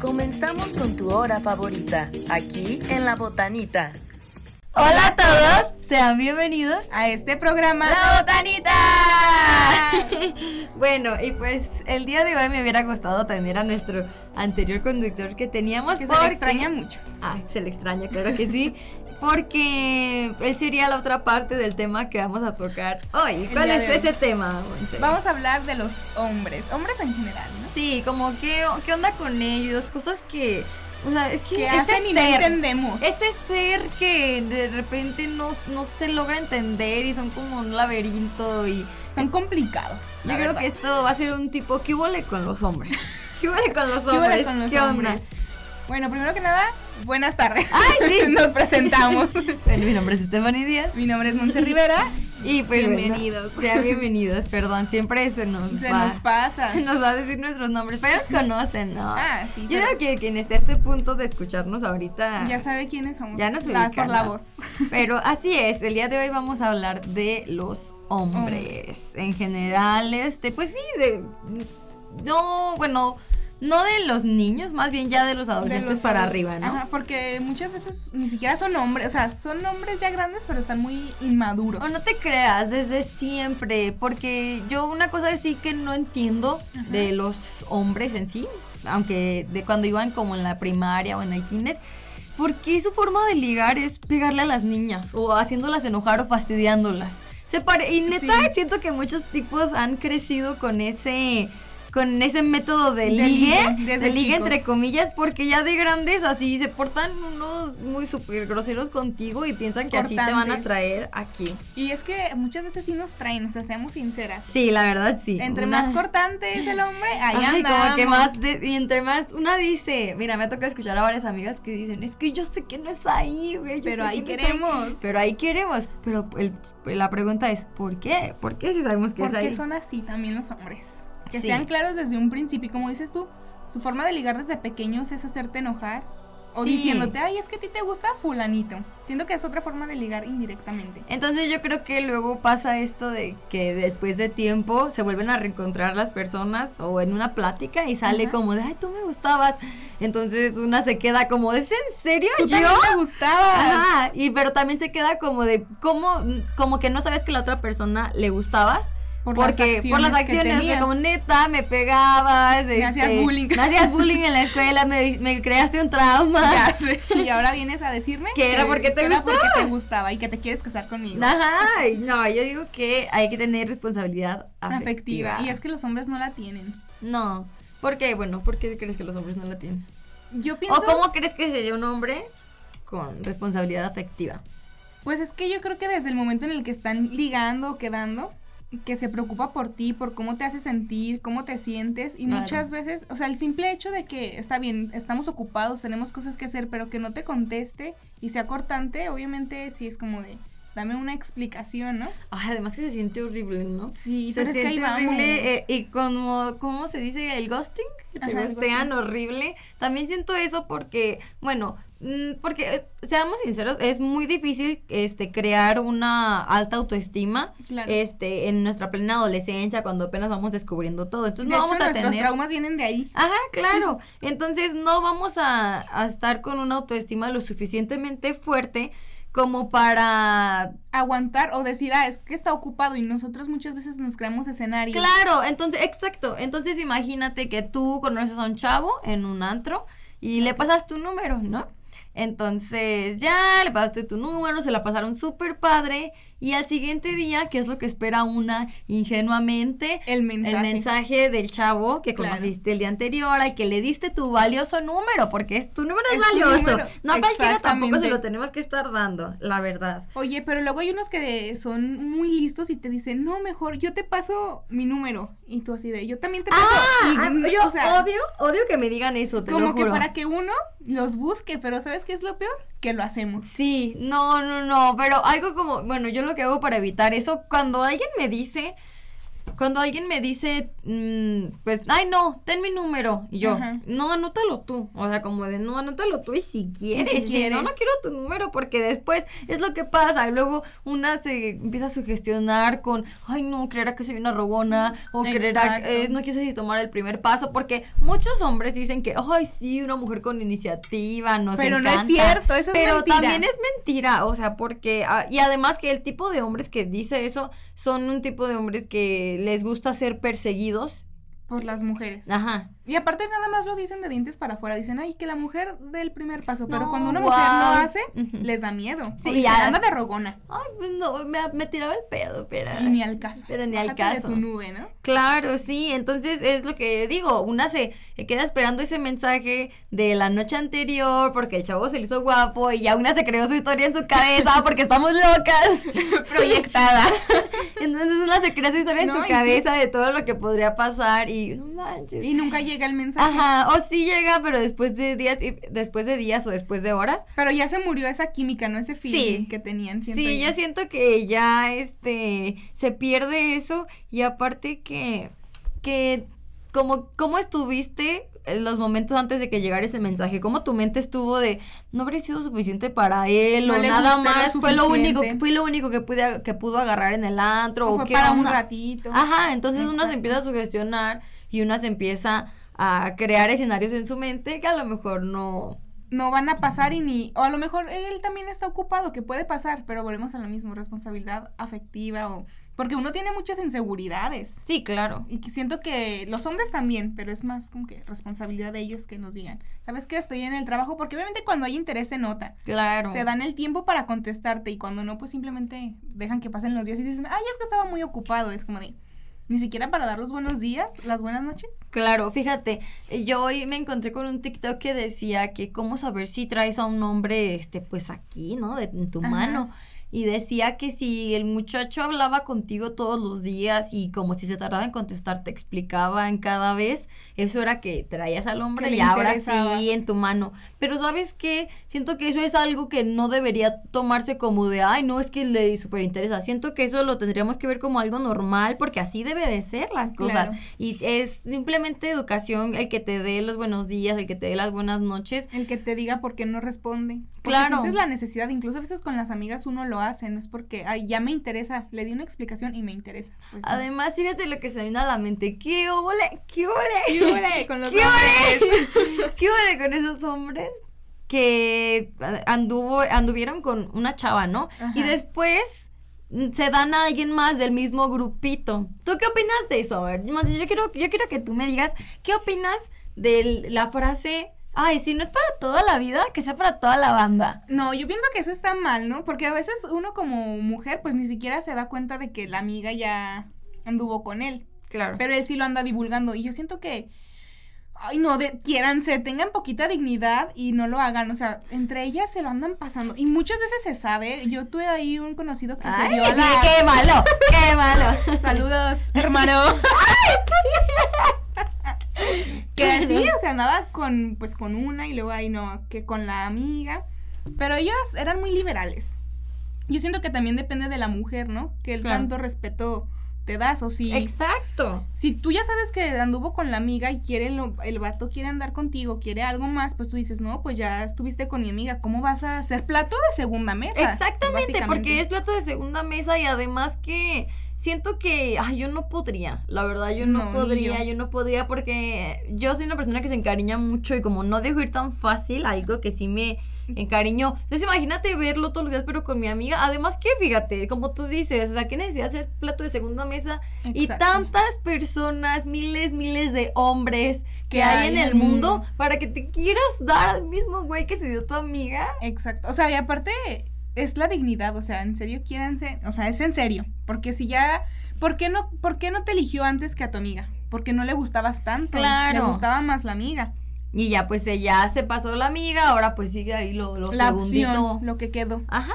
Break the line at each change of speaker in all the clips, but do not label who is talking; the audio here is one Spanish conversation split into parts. Comenzamos con tu hora favorita, aquí en La Botanita.
Hola a todos, sean bienvenidos
a este programa
La Botanita. bueno, y pues el día de hoy me hubiera gustado tener a nuestro anterior conductor que teníamos.
Que se le extraña mucho.
Ah, se le extraña, claro que sí. Porque él sería la otra parte del tema que vamos a tocar hoy. ¿Cuál
día
es
de hoy.
ese tema? Monse?
Vamos a hablar de los hombres, hombres en general, ¿no?
Sí, como qué, qué onda con ellos, cosas que, o sea, es que,
Que
ese
hacen y no
ser-
entendemos.
Ese ser que de repente no, no se logra entender y son como un laberinto y
Son complicados.
yo creo que esto va a ser un tipo que huele con los hombres. ¿Qué huele con los
¿Qué huele
hombres?
con los
¿Qué onda?
hombres? Bueno, primero que nada, buenas tardes.
Ay, sí.
Nos presentamos.
Bueno, mi nombre es Stephanie Díaz.
Mi nombre es Monse Rivera.
Y pues bueno,
Bienvenidos.
sean bienvenidos, perdón, siempre se nos
Se
va.
nos pasa.
Se nos va a decir nuestros nombres, pero nos conocen, ¿no?
Ah, sí.
Yo
pero
creo que quien esté a este punto de escucharnos ahorita
ya sabe quiénes somos.
Ya nos
la-
ubican,
por la
¿no?
voz.
Pero así es, el día de hoy vamos a hablar de los hombres. En general, este, pues sí, de. No, bueno, no de los niños, más bien ya de los
De
adolescentes
los
este para
hombres.
arriba, ¿no?
Ajá, porque muchas veces ni siquiera son hombres, o sea, son hombres ya grandes, pero están muy inmaduros.
O Oh, no te creas, desde siempre, porque yo una cosa sí que no entiendo de los hombres en sí, aunque de cuando iban como en la primaria o en el kinder, porque su forma de ligar es pegarle a las niñas o haciéndolas enojar o fastidiándolas. Se pare- y neta
Sí.
siento que muchos tipos han crecido con ese con ese método de
De
ligue,
ligue, desde
de ligue
chicos.
entre comillas, porque ya de grandes así se portan unos muy súper groseros contigo y piensan que así te van a
Cortantes.
traer aquí.
Y es que muchas veces sí nos traen, o sea, seamos sinceras.
Sí, la verdad sí.
Entre
Una-
más cortante es el hombre, ahí
Ay,
andamos.
como que más de- y entre más una dice, mira, me ha tocado escuchar a varias amigas que dicen, es que yo sé que no es ahí, güey. yo
Pero
sé
ahí
que no es ahí".
queremos.
Pero ahí queremos. Pero el- pues, la pregunta es, ¿por qué? ¿Por qué si sabemos que es
Porque
ahí?
son así también los hombres. Que
Sí.
sean claros desde un principio. Y como dices tú, su forma de ligar desde pequeños es hacerte enojar. O
Sí.
diciéndote, ay, es que a ti te gusta fulanito. Entiendo que es otra forma de ligar indirectamente.
Entonces yo creo que luego pasa esto de que después de tiempo se vuelven a reencontrar las personas o en una plática y sale
Ajá.
como de, ay, tú me gustabas. Entonces una se queda como, ¿es en serio?
Tú
¿Yo?
también me gustabas.
Ajá, y pero también se queda como de como como que no sabes que la otra persona le gustabas
Por las
porque por las
acciones
acciones,
que
o sea,
tenía.
como neta me pegabas,
Me hacías
este,
bullying.
me hacías bullying en la escuela, me, me creaste un trauma.
Ya sé. Y ahora vienes a decirme
Que era porque te
que era porque te gustaba y que te quieres casar conmigo.
Ajá, y no, yo digo que hay que tener responsabilidad afectiva.
Afectiva. Y es que los hombres no la tienen.
no, ¿por qué? Bueno, ¿por qué crees que los hombres no la tienen?
Yo pienso.
¿O cómo crees que sería un hombre con responsabilidad afectiva?
Pues es que yo creo que desde el momento en el que están ligando o quedando, que se preocupa por ti, por cómo te hace sentir, cómo te sientes, y
Claro.
muchas veces, o sea, el simple hecho de que está bien, estamos ocupados, tenemos cosas que hacer, pero que no te conteste y sea cortante, obviamente sí es como de, dame una explicación, ¿no?
Ay, además que se siente horrible, ¿no?
Sí,
se
pero es que ahí
siente
vamos.
horrible eh, y como cómo se dice el ghosting que te
Ajá, el
ghostean horrible también siento eso porque bueno mm, porque eh, seamos sinceros es muy difícil este crear una alta autoestima
Claro.
este en nuestra plena adolescencia cuando apenas vamos descubriendo todo entonces
de
no
hecho,
vamos a
nuestros
tener
traumas vienen de ahí.
Ajá, claro. Entonces no vamos a, a estar con una autoestima lo suficientemente fuerte como para
Aguantar o decir, ah, es que está ocupado, y nosotros muchas veces nos creamos escenarios.
Claro, entonces, exacto. Entonces imagínate que tú conoces a un chavo en un antro y le pasas tu número, ¿no? Entonces ya le pasaste tu número, se la pasaron súper padre y al siguiente día, ¿qué es lo que espera una ingenuamente?
El mensaje.
El mensaje del chavo que
Claro.
conociste el día anterior, al que le diste tu valioso número, porque es, tu número es,
Es tu
valioso.
número,
No a cualquiera tampoco se
exactamente.
lo tenemos que estar dando, la verdad.
Oye, pero luego hay unos que son muy listos y te dicen, no, mejor yo te paso mi número. Y tú así de, yo también te paso. Y,
Ah,
mm,
yo
o sea,
odio, odio que me digan eso, te lo
como que
juro.
para que uno los busque, pero ¿sabes qué es lo peor? Que lo hacemos.
Sí, no, no, no, pero algo como, bueno, yo lo que hago para evitar eso, cuando alguien me dice, Cuando alguien me dice, mm, pues, ay, no, ten mi número. Y yo,
Ajá.
no, anótalo tú. O sea, como de, no, anótalo tú y si quieres.
si
Y si no,
quieres.
no quiero tu número porque después es lo que pasa. Y luego una se empieza a sugestionar con, ay, no, creerá que soy una robona. O creerá
Exacto.
que eh, no quise ni tomar el primer paso. Porque muchos hombres dicen que, ay, sí, una mujer con iniciativa, nos
Pero no es
encanta".
cierto, eso es
Pero
mentira.
también es mentira, o sea, porque... ah, y además que el tipo de hombres que dice eso son un tipo de hombres que les gusta ser perseguidos.
por las mujeres.
Ajá.
Y aparte nada más lo dicen de dientes para afuera, dicen, ay, que la mujer del primer paso, pero
No,
cuando una mujer no
guau.
hace,
Ujú.
les da miedo.
Sí,
Sí, y
ya.
anda de rogona.
Ay, pues no, me, me tiraba el pedo, pero...
Y ni al caso.
Pero ni al
Bájate de
caso.
tu nube, ¿no?
Claro, sí, entonces es lo que digo, una se queda esperando ese mensaje de la noche anterior porque el chavo se le hizo guapo y ya una se creó su historia en su cabeza porque estamos locas.
Proyectada.
Entonces una se crea su historia
No,
en
y
su
sí.
cabeza de todo lo que podría pasar y no manches.
y nunca llega el mensaje.
Ajá, o sí llega, pero después de días, y- después de días o después de horas.
Pero ya se murió esa química, ¿no? Ese feeling
Sí.
que tenían siempre.
Sí, yo siento que ya este se pierde eso y aparte que que como cómo estuviste en los momentos antes de que llegara ese mensaje, cómo tu mente estuvo de no habría sido suficiente para él
No
o
le
nada
gusté lo
más, fue lo único,
suficiente.
fue lo único que pude que pudo agarrar en el antro
O
o,
fue
qué
para un
onda.
ratito.
Ajá, entonces uno
Exacto.
se empieza a sugestionar y uno se empieza a crear escenarios en su mente que a lo mejor no,
No van a pasar y ni. O a lo mejor él también está ocupado, que puede pasar, pero volvemos a lo mismo, responsabilidad afectiva o. Porque uno tiene muchas inseguridades.
Sí, claro.
Y que siento que los hombres también, pero es más como que responsabilidad de ellos que nos digan, ¿sabes qué? Estoy en el trabajo, porque obviamente cuando hay interés se nota.
Claro.
Se dan el tiempo para contestarte y cuando no, pues simplemente dejan que pasen los días y dicen, ay, es que estaba muy ocupado. Es como de, ni siquiera para dar los buenos días, las buenas noches.
Claro, fíjate, eh, yo hoy me encontré con un TikTok que decía que cómo saber si traes a un hombre, este, pues aquí, ¿no? De, en tu
Ajá.
mano. Y decía que si el muchacho hablaba contigo todos los días y como si se tardaba en contestar, te explicaban cada vez, eso era que traías al hombre
Que le
y ahora
interesabas.
sí en tu mano. Pero ¿sabes qué? Siento que eso es algo que no debería tomarse como de, ay, no, es que le superinteresa. Siento que eso lo tendríamos que ver como algo normal porque así debe de ser las cosas.
Claro.
Y es simplemente educación el que te dé los buenos días, el que te dé las buenas noches.
El que te diga por qué no responde. Porque
Claro.
Sientes la necesidad, incluso a veces con las amigas uno lo hace, no es porque, ay, ya me interesa, le di una explicación y me interesa. Pues,
Además, fíjate lo que se me vino a la mente. ¡Qué ole! ¡Qué
¿qué
ole!
huele con los
¿Qué
hombres?
ole! ¿Qué ole con esos hombres? Que ah, anduvo, anduvieron con una chava, ¿no? Y
Ajá.
después mm, se dan a alguien más del mismo grupito. ¿Tú qué opinas de eso? A ver, Monse, yo quiero, yo quiero que tú me digas, ¿qué opinas de la frase, ay, si no es para toda la vida, que sea para toda la banda?
No, yo pienso que eso está mal, ¿no? Porque a veces uno como mujer pues ni siquiera se da cuenta de que la amiga ya anduvo con él,
Claro.
pero él sí lo anda divulgando y yo siento que ay no, de, quiéranse, tengan poquita dignidad y no lo hagan, o sea, entre ellas se lo andan pasando y muchas veces se sabe, yo tuve ahí un conocido que
Ay,
se dio a la
¡Qué malo! ¡Qué malo!
Saludos, hermano. que sí, o sea, andaba con pues con una y luego ahí no, que con la amiga. Pero ellas eran muy liberales. Yo siento que también depende de la mujer, ¿no? Que el
Claro.
tanto respeto te das o si
Exacto.
si tú ya sabes que anduvo con la amiga y quiere lo- el vato quiere andar contigo, quiere algo más, pues tú dices, "No, pues ya estuviste con mi amiga, ¿cómo vas a ser plato de segunda mesa?"
Exactamente,
Básicamente.
porque es plato de segunda mesa y además que siento que, ay, yo no podría, la verdad, yo no,
No, ni
podría,
yo.
yo. no podría porque yo soy una persona que se encariña mucho y como no dejo ir tan fácil, algo que sí me encariñó. Entonces imagínate verlo todos los días pero con mi amiga, además que fíjate, como tú dices, o sea, que necesidad de hacer plato de segunda mesa Y
Exacto.
tantas personas, miles, miles de hombres que, hay en el mundo, para que te quieras dar al mismo güey que se dio tu amiga.
Exacto. O sea, y aparte es la dignidad, o sea, en serio quiéranse, o sea, es en serio, porque si ya ¿por qué no por qué no te eligió antes que a tu amiga? Porque no le gustabas tanto,
Claro.
le gustaba más la amiga,
Y ya, pues ella se pasó la amiga, ahora pues sigue ahí lo, lo
la
segundito.
opción, lo que quedó.
Ajá,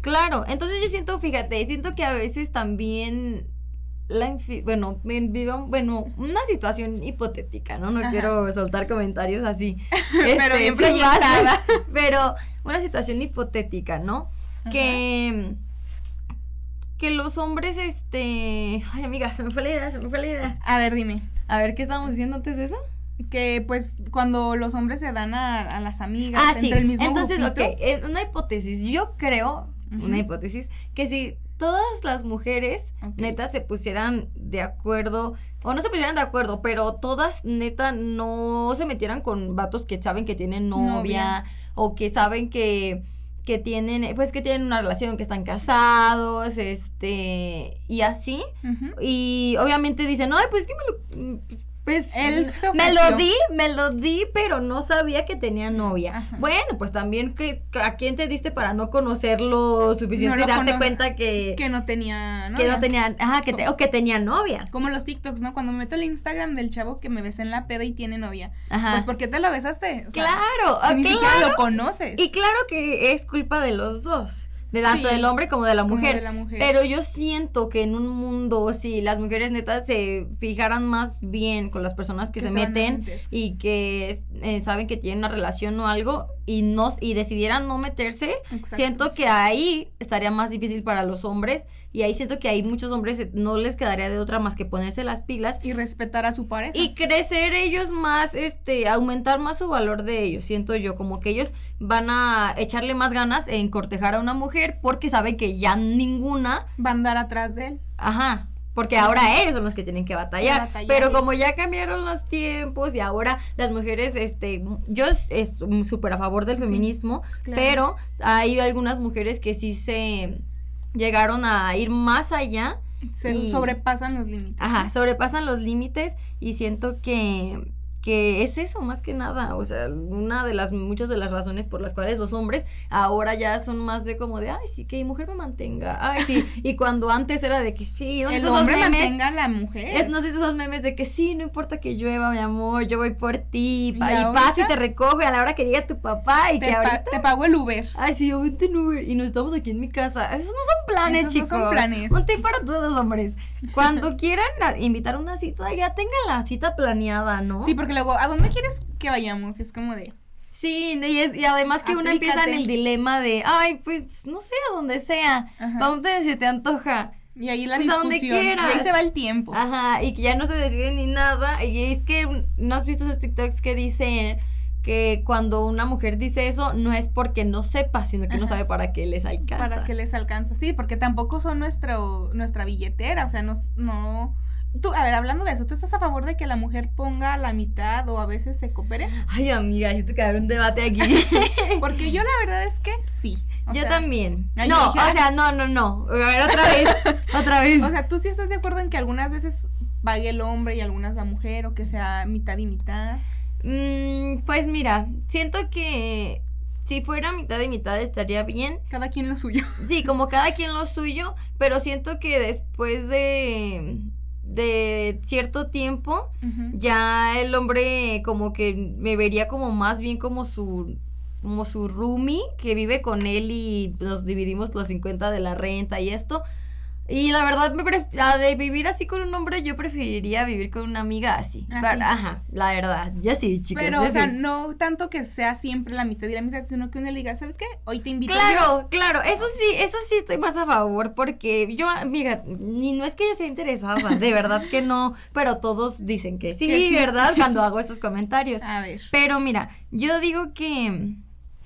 claro. Entonces yo siento, fíjate, siento que a veces también la infi- bueno, en- viva- bueno, una situación hipotética, ¿no? No
Ajá.
quiero soltar comentarios así. este, sin bases,
bien proyectada.
Pero una situación hipotética, ¿no? Que que los hombres, este. Ay, amiga, se me fue la idea, se me fue la idea.
A ver, dime.
A ver, ¿qué estábamos diciendo antes de eso?
Que pues cuando los hombres se dan a, a las amigas entre el mismo
Ah, Entonces,
grupito,
ok, eh, una hipótesis. Yo creo,
Ujú.
una hipótesis, que si todas las mujeres
Ok.
neta se pusieran de acuerdo, o no se pusieran de acuerdo, pero todas neta no se metieran con vatos que saben que tienen novia,
Novia.
o que saben que que tienen, eh, pues que tienen una relación, que están casados, este, y así.
Ujú.
Y obviamente dicen, ay, pues que me lo, pues,
Él se
me
ofreció.
lo di, me lo di, pero no sabía que tenía novia.
Ajá.
Bueno, pues también que, que a quién te diste para no conocerlo suficiente
No
y
lo
darte
cono-
cuenta que,
Que no tenía,
que no
novia.
tenía, ajá, que te- o que tenía novia.
Como los TikToks, ¿no? Cuando me meto el Instagram del chavo que me besé en la peda y tiene novia. Pues
Ajá.
¿por qué te la besaste? O sea,
Ah. claro,
Ni
claro.
siquiera lo conoces.
Y claro que es culpa de los dos, de tanto
Sí.
del hombre como de la
Como
mujer.
de la mujer.
Pero yo siento que en un mundo, si las mujeres netas se fijaran más bien con las personas que, se,
Que se van a
meten
meter.
y que eh, saben que tienen una relación o algo y, no, y decidieran no meterse,
Exacto.
siento que ahí estaría más difícil para los hombres y ahí siento que ahí muchos hombres eh, no les quedaría de otra más que ponerse las pilas
Y respetar a su pareja.
y crecer ellos más, este, aumentar más su valor de ellos, siento yo, como que ellos van a echarle más ganas en cortejar a una mujer porque saben que ya ninguna,
Va a andar atrás de él.
ajá, porque ahora ellos son los que tienen que batallar,
Batallar.
pero como ya cambiaron los tiempos y ahora las mujeres, este, yo es- es mm, súper a favor del
Sí,
feminismo,
claro.
pero hay algunas mujeres que sí se llegaron a ir más allá
Se
y-
sobrepasan los límites.
Ajá, sobrepasan los límites y siento que, que es eso más que nada, o sea, una de las muchas de las razones por las cuales los hombres ahora ya son más de como de, ay, sí, que mi mujer me mantenga, ay, sí, y cuando antes era de que sí, ¿dónde
El
están esos
hombre
memes?
mantenga a la mujer.
Es, no sé, esos memes de que sí, no importa que llueva, mi amor, yo voy por ti,
¿Y
pa- y,
ahorita?
paso y te recojo y a la hora que diga tu papá y
te,
que
pa-
ahorita...
te pago el Uber.
Ay, sí, yo vente en Uber y nos estamos aquí en mi casa. Esos no son planes,
Esos no
chicos.
son planes.
Un tip para todos los hombres. Cuando quieran a- invitar una cita, ya tengan la cita planeada, ¿no?
Sí, porque luego, ¿a dónde quieres que vayamos? Y es como de.
Sí, y, es- y además que uno empieza en el
Aplícate.
dilema de, ay, pues no sé, a donde sea.
Ajá.
Vamos si te antoja.
Y ahí la
Pues a
discusión.
donde
y ahí
quieras.
se va el tiempo.
Ajá, y que ya no se decide ni nada. Y es que no has visto esos TikToks que dicen que cuando una mujer dice eso, no es porque no sepa, sino que no
Ajá.
sabe para qué les alcanza.
Para que les alcanza. Sí, porque tampoco son nuestro, nuestra billetera. O sea, no, no. Tú, a ver, hablando de eso, ¿tú estás a favor de que la mujer ponga la mitad o a veces se coopere?
Ay, amiga, siento que habrá un debate aquí.
Porque yo la verdad es que sí. O
Yo
sea,
también.
ay,
no,
yo dije,
o sea, no, no, no. A ver, otra vez. otra vez.
O sea, tú sí estás de acuerdo en que algunas veces pague el hombre y algunas la mujer o que sea mitad y mitad.
Mm, pues mira, siento que si fuera mitad y mitad estaría bien.
Cada quien lo suyo.
Sí, como cada quien lo suyo, pero siento que después de, de cierto tiempo,
Ujú.
ya el hombre como que me vería como más bien como su como su roomie que vive con él y nos dividimos los 50 de la renta y esto. Y la verdad, me pref- la de vivir así con un hombre, yo preferiría vivir con una amiga así.
Así.
Para- ajá, la verdad. Ya sí, chicas.
Ah, Pero,
ya
o sea,
sí.
no tanto que sea siempre la mitad y la mitad, sino que uno le diga, ¿sabes qué? Hoy te invito yo.
Claro, claro, eso sí, eso sí estoy más a favor porque yo, amiga, ni no es que yo sea interesada, de verdad que no, pero todos dicen que sí,
Que sí.
¿verdad? Cuando hago estos comentarios.
A ver.
Pero mira, yo digo que.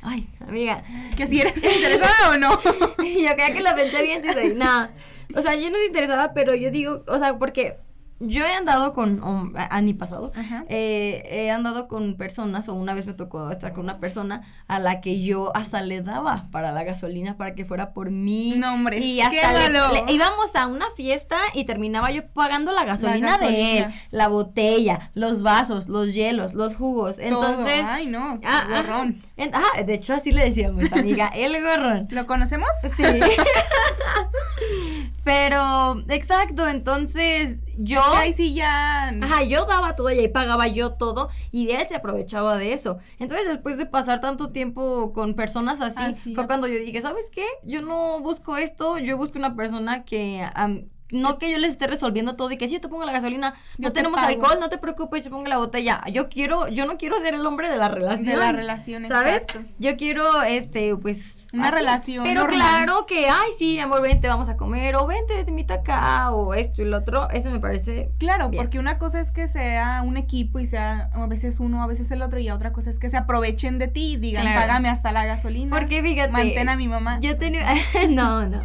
Ay, amiga.
Que si eres interesada o no.
Yo creía que lo pensé bien, sí, soy. No. O sea, yo no soy interesada, pero yo digo, o sea, porque yo he andado con. hom- a, a mi pasado.
Ajá.
eh, he andado con personas, o una vez me tocó estar con una persona a la que yo hasta le daba para la gasolina para que fuera por mí.
No, hombre,
Y
qué
hasta le-
malo.
le- íbamos a una fiesta y terminaba yo pagando la gasolina, de
gasolina.
él, la botella, los vasos, los hielos, los jugos. Entonces.
Todo. Ay, no. qué
Ah, ajá.
gorrón.
En- ajá, de hecho así le decíamos, amiga, el gorrón.
¿Lo conocemos?
Sí. Pero, exacto, entonces yo...
Ay, sí, ya.
Ajá, yo daba todo y ahí pagaba yo todo y él se aprovechaba de eso. Entonces, después de pasar tanto tiempo con personas así,
Así,
fue
ya.
cuando yo dije, ¿sabes qué? Yo no busco esto, yo busco una persona que... am, no que yo les esté resolviendo todo y que si yo te pongo la gasolina, no
Yo te
tenemos
pago.
alcohol, no te preocupes, yo pongo la botella. Yo quiero, yo no quiero ser el hombre de la relación.
De la relación,
¿Sabes?
exacto.
Yo quiero, este, pues,
Una
así.
relación.
Pero
normal.
claro que, ay, sí, mi amor, vente, vamos a comer, o vente, te invito acá, o esto y lo otro. Eso me parece.
Claro,
Bien.
porque una cosa es que sea un equipo y sea a veces uno, a veces el otro, y otra cosa es que se aprovechen de ti y digan,
Claro.
págame hasta la gasolina.
Porque fíjate.
Mantén a mi mamá.
Yo tenía. no, no.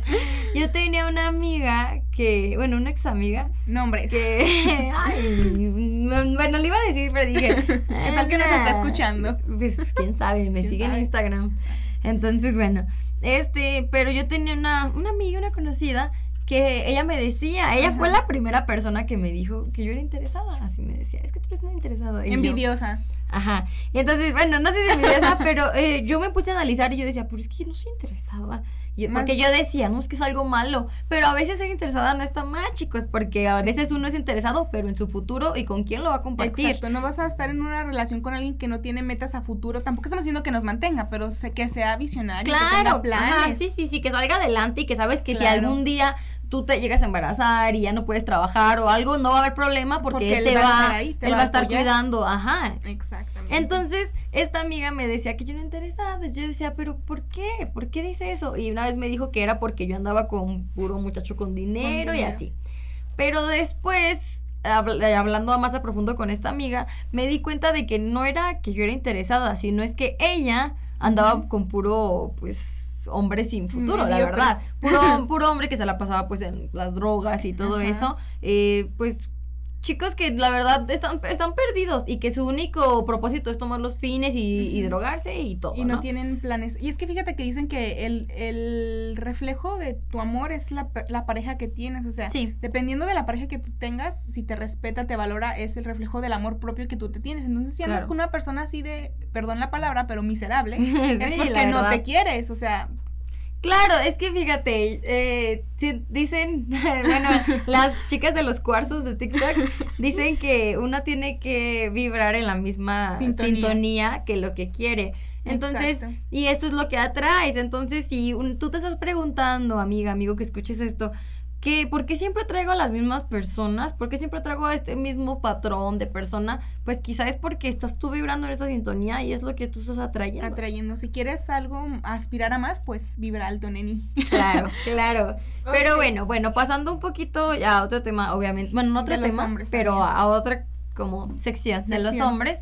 Yo tenía una amiga que. Bueno, una ex amiga
Nombres. ¿Qué
que. Ay, mm, bueno, le iba a decir, pero dije. "Ah, ¿Qué
tal que nos está escuchando?
Pues quién sabe, me
¿Quién
sigue en
sabe?
Instagram. Entonces, bueno, este, pero yo tenía una, una amiga, una conocida, que ella me decía, ella fue
Ajá.
la primera persona que me dijo que yo era interesada, así me decía, es que tú eres una interesada. Y yo,
Envidiosa.
Ajá. Y entonces, bueno, no sé si envidiosa, pero eh, yo me puse a analizar y yo decía, pero es que yo no soy interesada. Y-
Más-
porque yo decía, no, es que es algo malo. Pero a veces ser interesada no está mal, chicos, porque a veces uno es interesado, pero en su futuro y con quién lo va a compartir.
Exacto, no vas a estar en una relación con alguien que no tiene metas a futuro. Tampoco estamos diciendo que nos mantenga, pero sé que sea visionario, que
Claro,
tenga planes.
ajá, sí, sí, sí, que salga adelante y que sabes que si
Claro.
algún día tú te llegas a embarazar y ya no puedes trabajar o algo, no va a haber problema porque,
Porque
él
él
te
va a
va,
estar ahí, te
él
va
va a
a
estar
apoyar.
cuidando, ajá.
Exactamente.
Entonces, esta amiga me decía que yo no interesaba, pues yo decía, pero ¿por qué? ¿Por qué dice eso? Y una vez me dijo que era porque yo andaba con puro muchacho con dinero, y
dinero.
así. Pero después, habl- eh, hablando a más a profundo con esta amiga, me di cuenta de que no era que yo era interesada, sino es que ella andaba
Ujú. Mm,
con puro, pues hombre sin futuro, la
Mediocre.
verdad. Puro, puro hombre que se la pasaba pues en las drogas y todo
Ajá.
eso. Eh, pues chicos que la verdad están, están perdidos y que su único propósito es tomar los fines y, y
Ujú.
drogarse y todo.
y no,
¿no?
tienen planes. Y es que fíjate que dicen que el, el reflejo de tu amor es la, per- la pareja que tienes. O sea,
Sí.
dependiendo de la pareja que tú tengas, si te respeta, te valora, es el reflejo del amor propio que tú te tienes. Entonces, si andas
Claro.
con una persona así de, perdón la palabra, pero miserable, es
Sí, la
porque no
verdad.
te quieres. O sea,
Claro, es que fíjate, eh, si- dicen, bueno, las chicas de los cuarzos de TikTok dicen que uno tiene que vibrar en la misma sintonía,
Sintonía.
que lo que quiere. Entonces,
Exacto.
y eso es lo que atraes. Entonces, si un- tú te estás preguntando, amiga, amigo, que escuches esto, que ¿por qué siempre traigo a las mismas personas? ¿Por qué siempre traigo a este mismo patrón de persona? Pues quizá es porque estás tú vibrando en esa sintonía y es lo que tú estás atrayendo.
atrayendo. Si quieres algo, aspirar a más, pues vibra alto, neni.
Claro, claro. Pero bueno, bueno, pasando un poquito ya a otro tema, obviamente, bueno, no otro
De los
tema,
hombres
pero
también.
a, a otra como sección, de los
Sección.
hombres.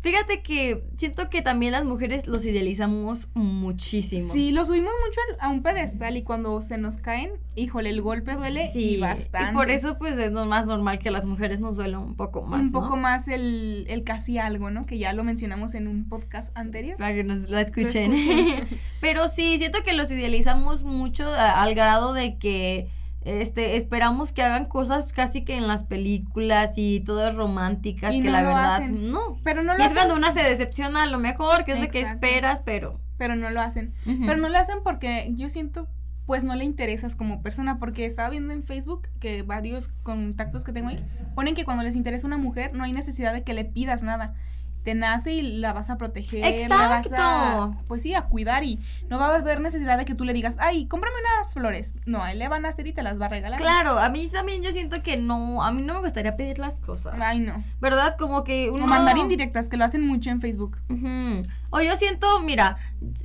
Fíjate que siento que también las mujeres los idealizamos muchísimo.
Sí, lo subimos mucho al- a un pedestal y cuando se nos caen, híjole, el golpe duele
Sí,
y bastante.
por eso pues es no- más normal que las mujeres nos duela un poco más,
un poco
¿no?
más el, el casi algo, ¿no? Que ya lo mencionamos en un podcast anterior.
Para que nos la escuchen.
escuchen.
Pero sí, siento que los idealizamos mucho a- al grado de que este esperamos que hagan cosas casi que en las películas y todas románticas,
Y
que
no
la
lo
verdad
hacen.
no.
Pero no
Y
lo
es cuando
hacen.
una se decepciona a lo mejor, que es lo que
Exacto.
esperas, pero...
Pero no lo hacen.
ujú.
Pero no lo hacen porque yo siento, pues no le interesas como persona. Porque estaba viendo en Facebook que varios contactos que tengo ahí ponen que cuando les interesa una mujer no hay necesidad de que le pidas nada. Te nace y la vas a proteger, la vas a,
Exacto.
pues sí, a cuidar y no va a haber necesidad de que tú le digas, ay, cómprame unas flores. No, a él le van a hacer y te las va a regalar.
Claro, a mí también yo siento que no, a mí no me gustaría pedir las cosas.
Ay, no.
¿Verdad? Como que uno...
O mandar indirectas, que lo hacen mucho en Facebook.
Ujú. O yo siento, mira,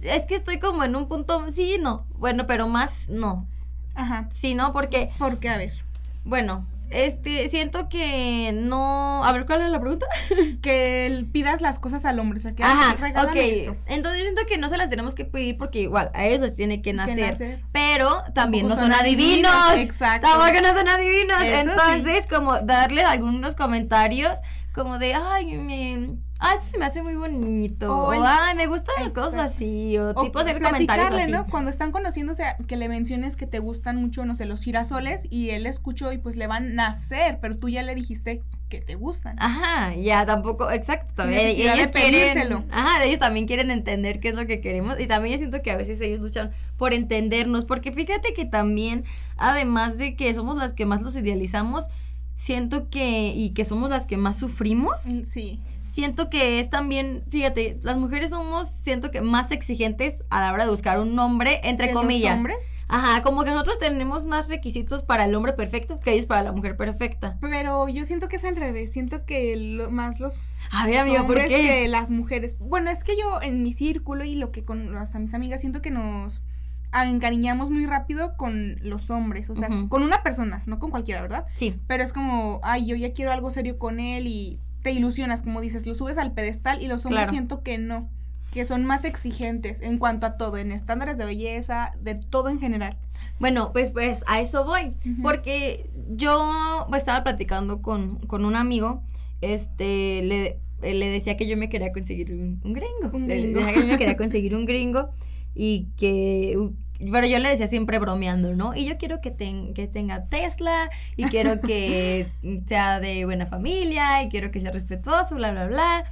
es que estoy como en un punto, sí, no, bueno, pero más no.
Ajá.
Sí, no, porque,
Porque, a ver,
bueno, este, siento que no. A ver, ¿cuál es la pregunta?
que el- pidas las cosas al hombre, o sea, que "Ay,
Ajá, ok.
regálame esto.
Entonces siento que no se las tenemos que pedir porque igual a ellos les tiene que
Que
nacer.
nacer.
Pero también no
Tampoco
son adivinos.
Exacto.
Tampoco no son adivinos.
Eso sí.
Entonces, como darles algunos comentarios como de, ay, me, ah, esto se me hace muy bonito. O,
O el-
ay, me gustan las cosas
Exacto.
así. O,
O
tipo hacer comentarios
platicarle,
así.
¿no? Cuando están conociéndose, que le menciones que te gustan mucho, no sé, los girasoles, y él escuchó y pues le van a nacer, pero tú ya le dijiste que te gustan.
Ah, Ajá, ya tampoco, exacto, también
necesidad de
ellos quieren,
pedírselo.
ajá, ellos también quieren entender qué es lo que queremos y también yo siento que a veces ellos luchan por entendernos, porque fíjate que también, además de que somos las que más los idealizamos, siento que, y que somos las que más sufrimos,
Mm, Sí.
siento que es también, fíjate, las mujeres somos, siento que más exigentes a la hora de buscar un nombre, entre
¿Que
comillas.
Los hombres,
Ajá, como que nosotros tenemos más requisitos para el hombre perfecto que ellos para la mujer perfecta.
pero yo siento que es al revés, siento que lo- más los
A ver, amiga, ¿por
hombres
qué?
que las mujeres. Bueno, es que yo en mi círculo y lo que con o sea, mis amigas siento que nos encariñamos muy rápido con los hombres, o sea,
Ujú.
con una persona, no con cualquiera, ¿verdad?
Sí.
Pero es como, ay, yo ya quiero algo serio con él y te ilusionas, como dices, lo subes al pedestal y los hombres
Claro.
siento que no, que son más exigentes en cuanto a todo, en estándares de belleza, de todo en general.
Bueno, pues, pues a eso voy.
Ujú.
Porque yo pues, estaba platicando con, con un amigo, este, le, eh, le decía que yo me quería conseguir un, un gringo.
Un
Le
gringo.
decía que yo me quería conseguir un gringo y que... u- Pero yo le decía siempre bromeando, ¿no? Y yo quiero que, ten- que tenga Tesla y quiero que sea de buena familia y quiero que sea respetuoso, bla, bla, bla.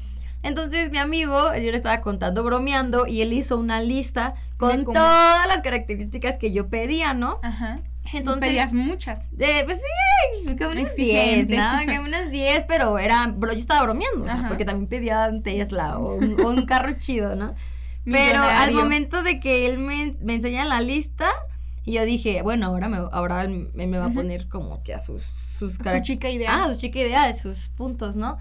Entonces mi amigo, yo le estaba contando bromeando y él hizo una lista con
cómo.
todas las características que yo pedía, ¿no?
Ajá.
Entonces,
y pedías muchas.
eh, pues sí, como unas 10,
Exigente.
¿no? Que unas 10, pero era, bro, yo estaba bromeando, o sea,
Ajá.
porque también pedía un Tesla o un, o un carro chido, ¿no? Pero al
Millonario.
momento de que él me, me enseña la lista, y yo dije, bueno, ahora me, ahora él me, me va a
Ujú.
poner como que a sus, sus
Su
características.
chica ideal.
Ah, su chica ideal, sus puntos, ¿no?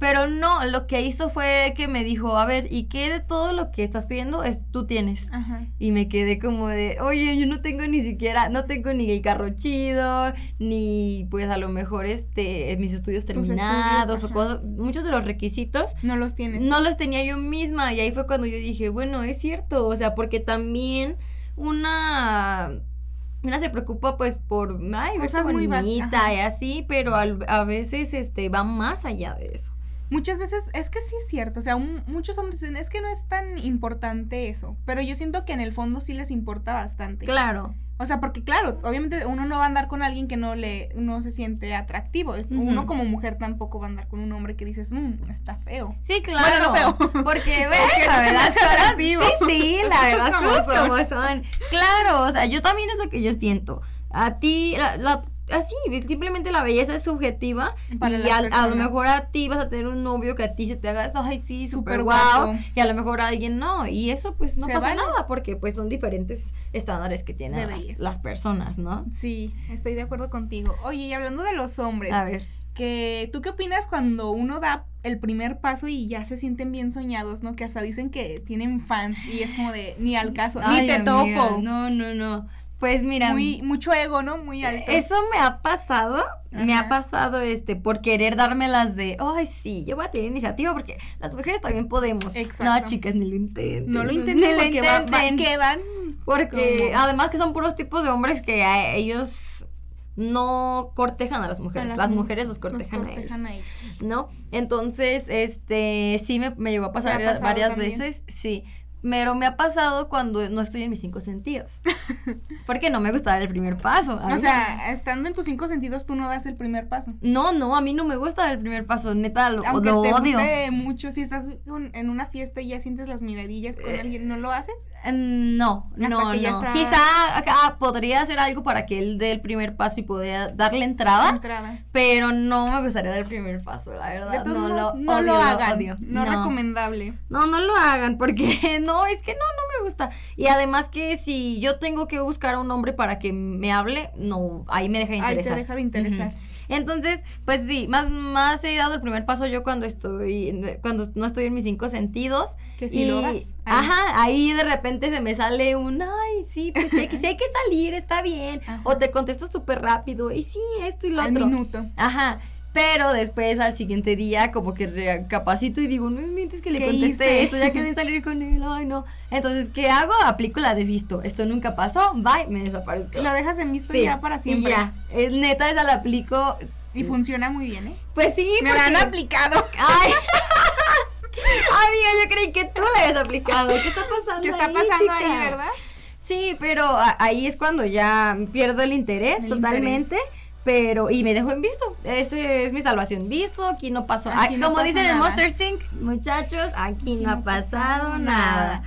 Pero no, lo que hizo fue que me dijo, a ver, ¿y qué de todo lo que estás pidiendo es, tú tienes?
Ajá.
Y me quedé como de, oye, yo no tengo ni siquiera, no tengo ni el carro chido, ni pues a lo mejor este, mis estudios
estudios,
terminados o
ajá.
cosas, muchos de los requisitos
No los tienes.
no los tenía yo misma y ahí fue cuando yo dije, bueno, es cierto, o sea, porque también una una se preocupa pues por ay, verse
Cosas muy bas-
bonita
ajá.
y así, pero al- a veces este va más allá de eso.
Muchas veces es que sí es cierto, o sea, un- muchos hombres dicen, es que no es tan importante eso, pero yo siento que en el fondo sí les importa bastante.
Claro.
O sea, porque claro, obviamente uno no va a andar con alguien que no le no se siente atractivo, es-
Ujú.
uno como mujer tampoco va a andar con un hombre que dices, "Mm, está feo."
Sí, claro.
Bueno, no feo.
Porque, bueno,
Porque no
la
se me
verdad,
hace
cosas-
atractivo.
sí, sí, la
Las
verdad,
cosas
cosas
como son.
como son. Claro, o sea, yo también es lo que yo siento. A ti, la, la- así, simplemente la belleza es subjetiva y
Para las
al- a, lo
personas.
mejor a ti vas a tener un novio que a ti se te haga, ay, sí, súper
Súper
guau,
guapo.
y a lo mejor a alguien no, y eso pues no
Se
pasa
vale.
nada porque pues son diferentes estándares que
De
tienen las,
belleza.
las personas, ¿no?
Sí, estoy de acuerdo contigo. Oye, y hablando de los hombres,
A ver.
que tú qué opinas cuando uno da el primer paso y ya se sienten bien soñados, ¿no? Que hasta dicen que tienen fans y es como de ni al caso,
Ay,
ni te
amiga,
topo.
No, no, no. Pues mira,
Muy, mucho ego, ¿no? Muy alto.
Eso me ha pasado, me ha
Ajá.
pasado este, por querer dármelas de, ay, sí, yo voy a tener iniciativa porque las mujeres también podemos. No,
Exacto.
chicas, ni lo intenten.
no lo
ni
intenten
lo
porque va- va-
intenten,
quedan.
porque
como-
además que son puros tipos de hombres que a ellos no cortejan a las mujeres,
a
las,
mu-
mujeres los cortejan,
cortejan
a ellos.
a ellos.
¿No? Entonces, este, sí me, me llegó a pasar
ha
varias,
pasado
varias
también.
veces, sí. Pero me ha pasado cuando no estoy en mis cinco sentidos. Porque no me gusta dar el primer paso. a
O
mí-
sea, estando en tus cinco sentidos, tú no das el primer paso.
No, no, a mí no me gusta dar el primer paso, neta, lo,
Aunque
lo
te
odio.
guste mucho, si estás con- en una fiesta y ya sientes las miradillas con
Eh,
alguien, ¿no lo haces?
Mm, No,
Hasta
no,
que ya
no.
está-
Quizá acá podría hacer algo para que él dé el primer paso y podría darle entrada,
Entrada.
pero no me gustaría dar el primer paso, la
De
verdad.
todos
No lo,
modos, no
odio,
lo hagan.
odio.
No, recomendable.
No, no lo hagan porque no, es que no, no me gusta. Y además que si yo tengo que buscar a un hombre para que me hable, no, ahí me deja de
Ahí te
interesar.
deja de interesar.
Entonces, pues sí, más, más he dado el primer paso yo cuando estoy, en- cuando no estoy en mis cinco sentidos.
Que si lo
y-
das. ahí.
Ajá, ahí de repente se me sale un, ay, sí, pues sí, que sí hay que salir, está bien.
Ajá.
O te contesto súper rápido, y sí, esto y lo
Al
otro.
minuto.
Ajá. Pero después al siguiente día como que recapacito y digo, no me mientes que le
¿Qué
contesté
hice?
esto, ya quería salir con él, ay no. Entonces, ¿qué hago? Aplico la de visto. Esto nunca pasó, bye, me desaparezco.
Lo dejas en visto
Sí,
ya para
y
siempre.
ya, es neta, esa la aplico.
Y funciona muy bien, ¿eh?
Pues sí,
Me la han
porque-
aplicado.
Ay. Amiga, yo creí que tú la habías aplicado. ¿Qué está pasando
¿Qué está
ahí,
pasando ahí,
chica?
verdad?
Sí, pero a- ahí es cuando ya pierdo el interés
El
totalmente. Pero, y me dejo en visto. Ese es mi salvación. Visto, aquí no pasó.
Aquí
ah,
no
como
pasa
dicen en
nada.
Monster Sync, muchachos, aquí no, ha pasado nada.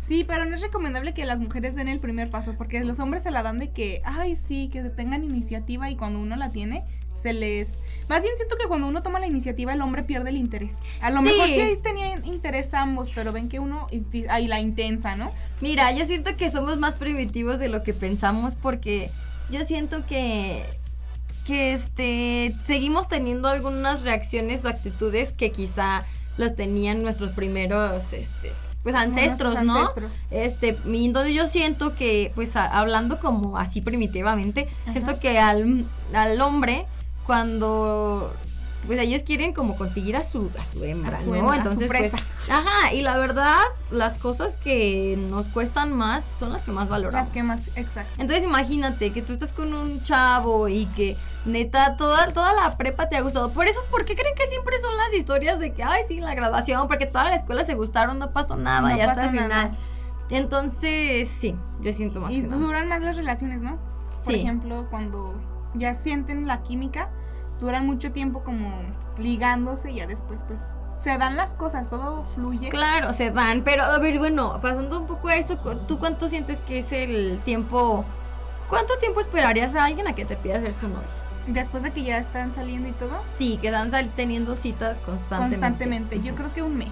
Sí, pero no es recomendable que las mujeres den el primer paso porque los hombres se la dan de que, ay, sí, que tengan iniciativa y cuando uno la tiene, se les... Más bien siento que cuando uno toma la iniciativa el hombre pierde el interés. A lo
Sí.
mejor sí tenían interés ambos, pero ven que uno... Ahí la intensa, ¿no?
Mira, yo siento que somos más primitivos de lo que pensamos porque yo siento que que este seguimos teniendo algunas reacciones o actitudes que quizá los tenían nuestros primeros este pues
Como
ancestros,
nuestros
¿no?
Ancestros.
Este, y entonces yo siento que, pues a- hablando como así primitivamente,
Ajá.
siento que al, al hombre, cuando, pues ellos quieren como conseguir a su, a su hembra,
A su
¿no?
hembra, a su
entonces, pues,
presa.
ajá, y la verdad, las cosas que nos cuestan más son las que más valoramos.
Las que más... Exacto.
Entonces imagínate que tú estás con un chavo y que neta toda, toda la prepa te ha gustado. Por eso, ¿por qué creen que siempre son las historias de que, ay, sí, la graduación, porque toda la escuela se gustaron, no pasó nada,
No
ya Ah, hasta
pasa
el final.
nada.
Entonces, sí, yo siento más
Y
que nada.
duran más las relaciones, ¿no? Por
Sí.
ejemplo, cuando ya sienten la química, duran mucho tiempo como ligándose y ya después pues se dan las cosas, todo fluye.
Claro, se dan, pero a ver, bueno, pasando un poco a eso, cu- ¿tú cuánto sientes que es el tiempo? ¿Cuánto tiempo esperarías a alguien a que te pida ser su novio?
Después de que ya están saliendo y todo,
Sí, que están sal- teniendo citas constantemente.
constantemente. Yo creo que un mes.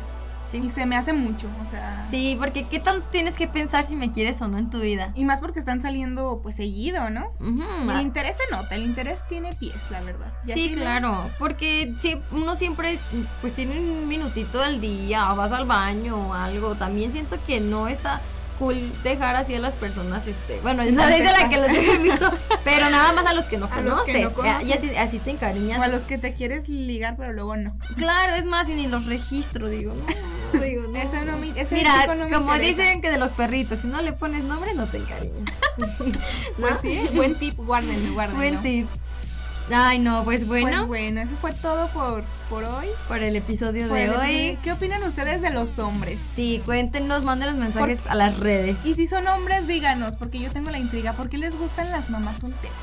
Y
Sí.
se me hace mucho, o sea...
Sí, porque ¿qué tanto tienes que pensar si me quieres o no en tu vida?
Y más porque están saliendo pues seguido, ¿no?
Ujú,
El
ah,
interés se nota, el interés tiene pies, la verdad. Ya
Sí,
si no-
claro, porque sí, uno siempre pues tiene un minutito del día, o vas al baño o algo. También siento que no está cool dejar así a las personas, este, bueno,
Sin
no es de la
contestar.
que los he visto, pero nada más a los que no
A los
conoces.
que no
ya- Y así,
conoces.
así te encariñas.
O a los que te quieres ligar, pero luego no.
Claro, es más, y ni los registro, digo, no, digo, no.
Eso no me- ese
Mira,
chico no me
como
interesa.
dicen que de los perritos, si no le pones nombre, no te encariñas. ¿No?
Pues sí, buen tip, guárdenlo, guárdenlo.
Buen tip. Ay, no, pues bueno,
Pues bueno, eso fue todo por, por hoy.
por el episodio
Por
de
el
hoy.
episodio. ¿Qué opinan ustedes de los hombres?
Sí, cuéntenos, mándenos mensajes a las redes.
Y si son hombres, díganos, porque yo tengo la intriga. ¿Por qué les gustan las mamás solteras?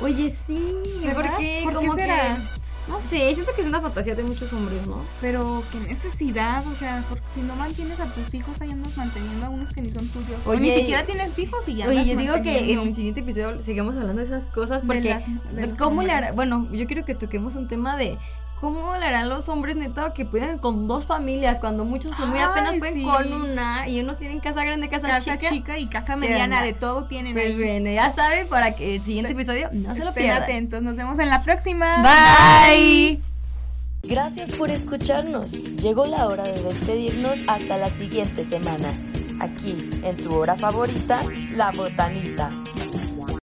Oye, sí,
¿Verdad?
porque
¿Por qué
como
será?
que no sé, siento que es una fantasía de muchos hombres, ¿no?
Pero qué necesidad, o sea, porque si no mantienes a tus hijos, ahí andas manteniendo a unos que ni son tuyos. O ni
Oye,
siquiera tienes hijos y ya
Oye,
andas
yo digo que en
manteniendo
el siguiente episodio sigamos hablando de esas cosas
de
porque
las- de los
cómo le
hombres.
hará, bueno, yo quiero que toquemos un tema de cómo le harán los hombres neta que pueden con dos familias cuando muchos pues, muy apenas
Ay,
pueden
sí.
con una y unos tienen casa grande, casa,
Casa chica,
chica.
y casa mediana,
anda.
de todo tienen
Pues
ahí.
bueno, ya saben para que el siguiente episodio no se lo
Estén
pierdan.
atentos, nos vemos en la próxima.
Bye.
Gracias por escucharnos. Llegó la hora de despedirnos hasta la siguiente semana. Aquí, en tu hora favorita, La Botanita.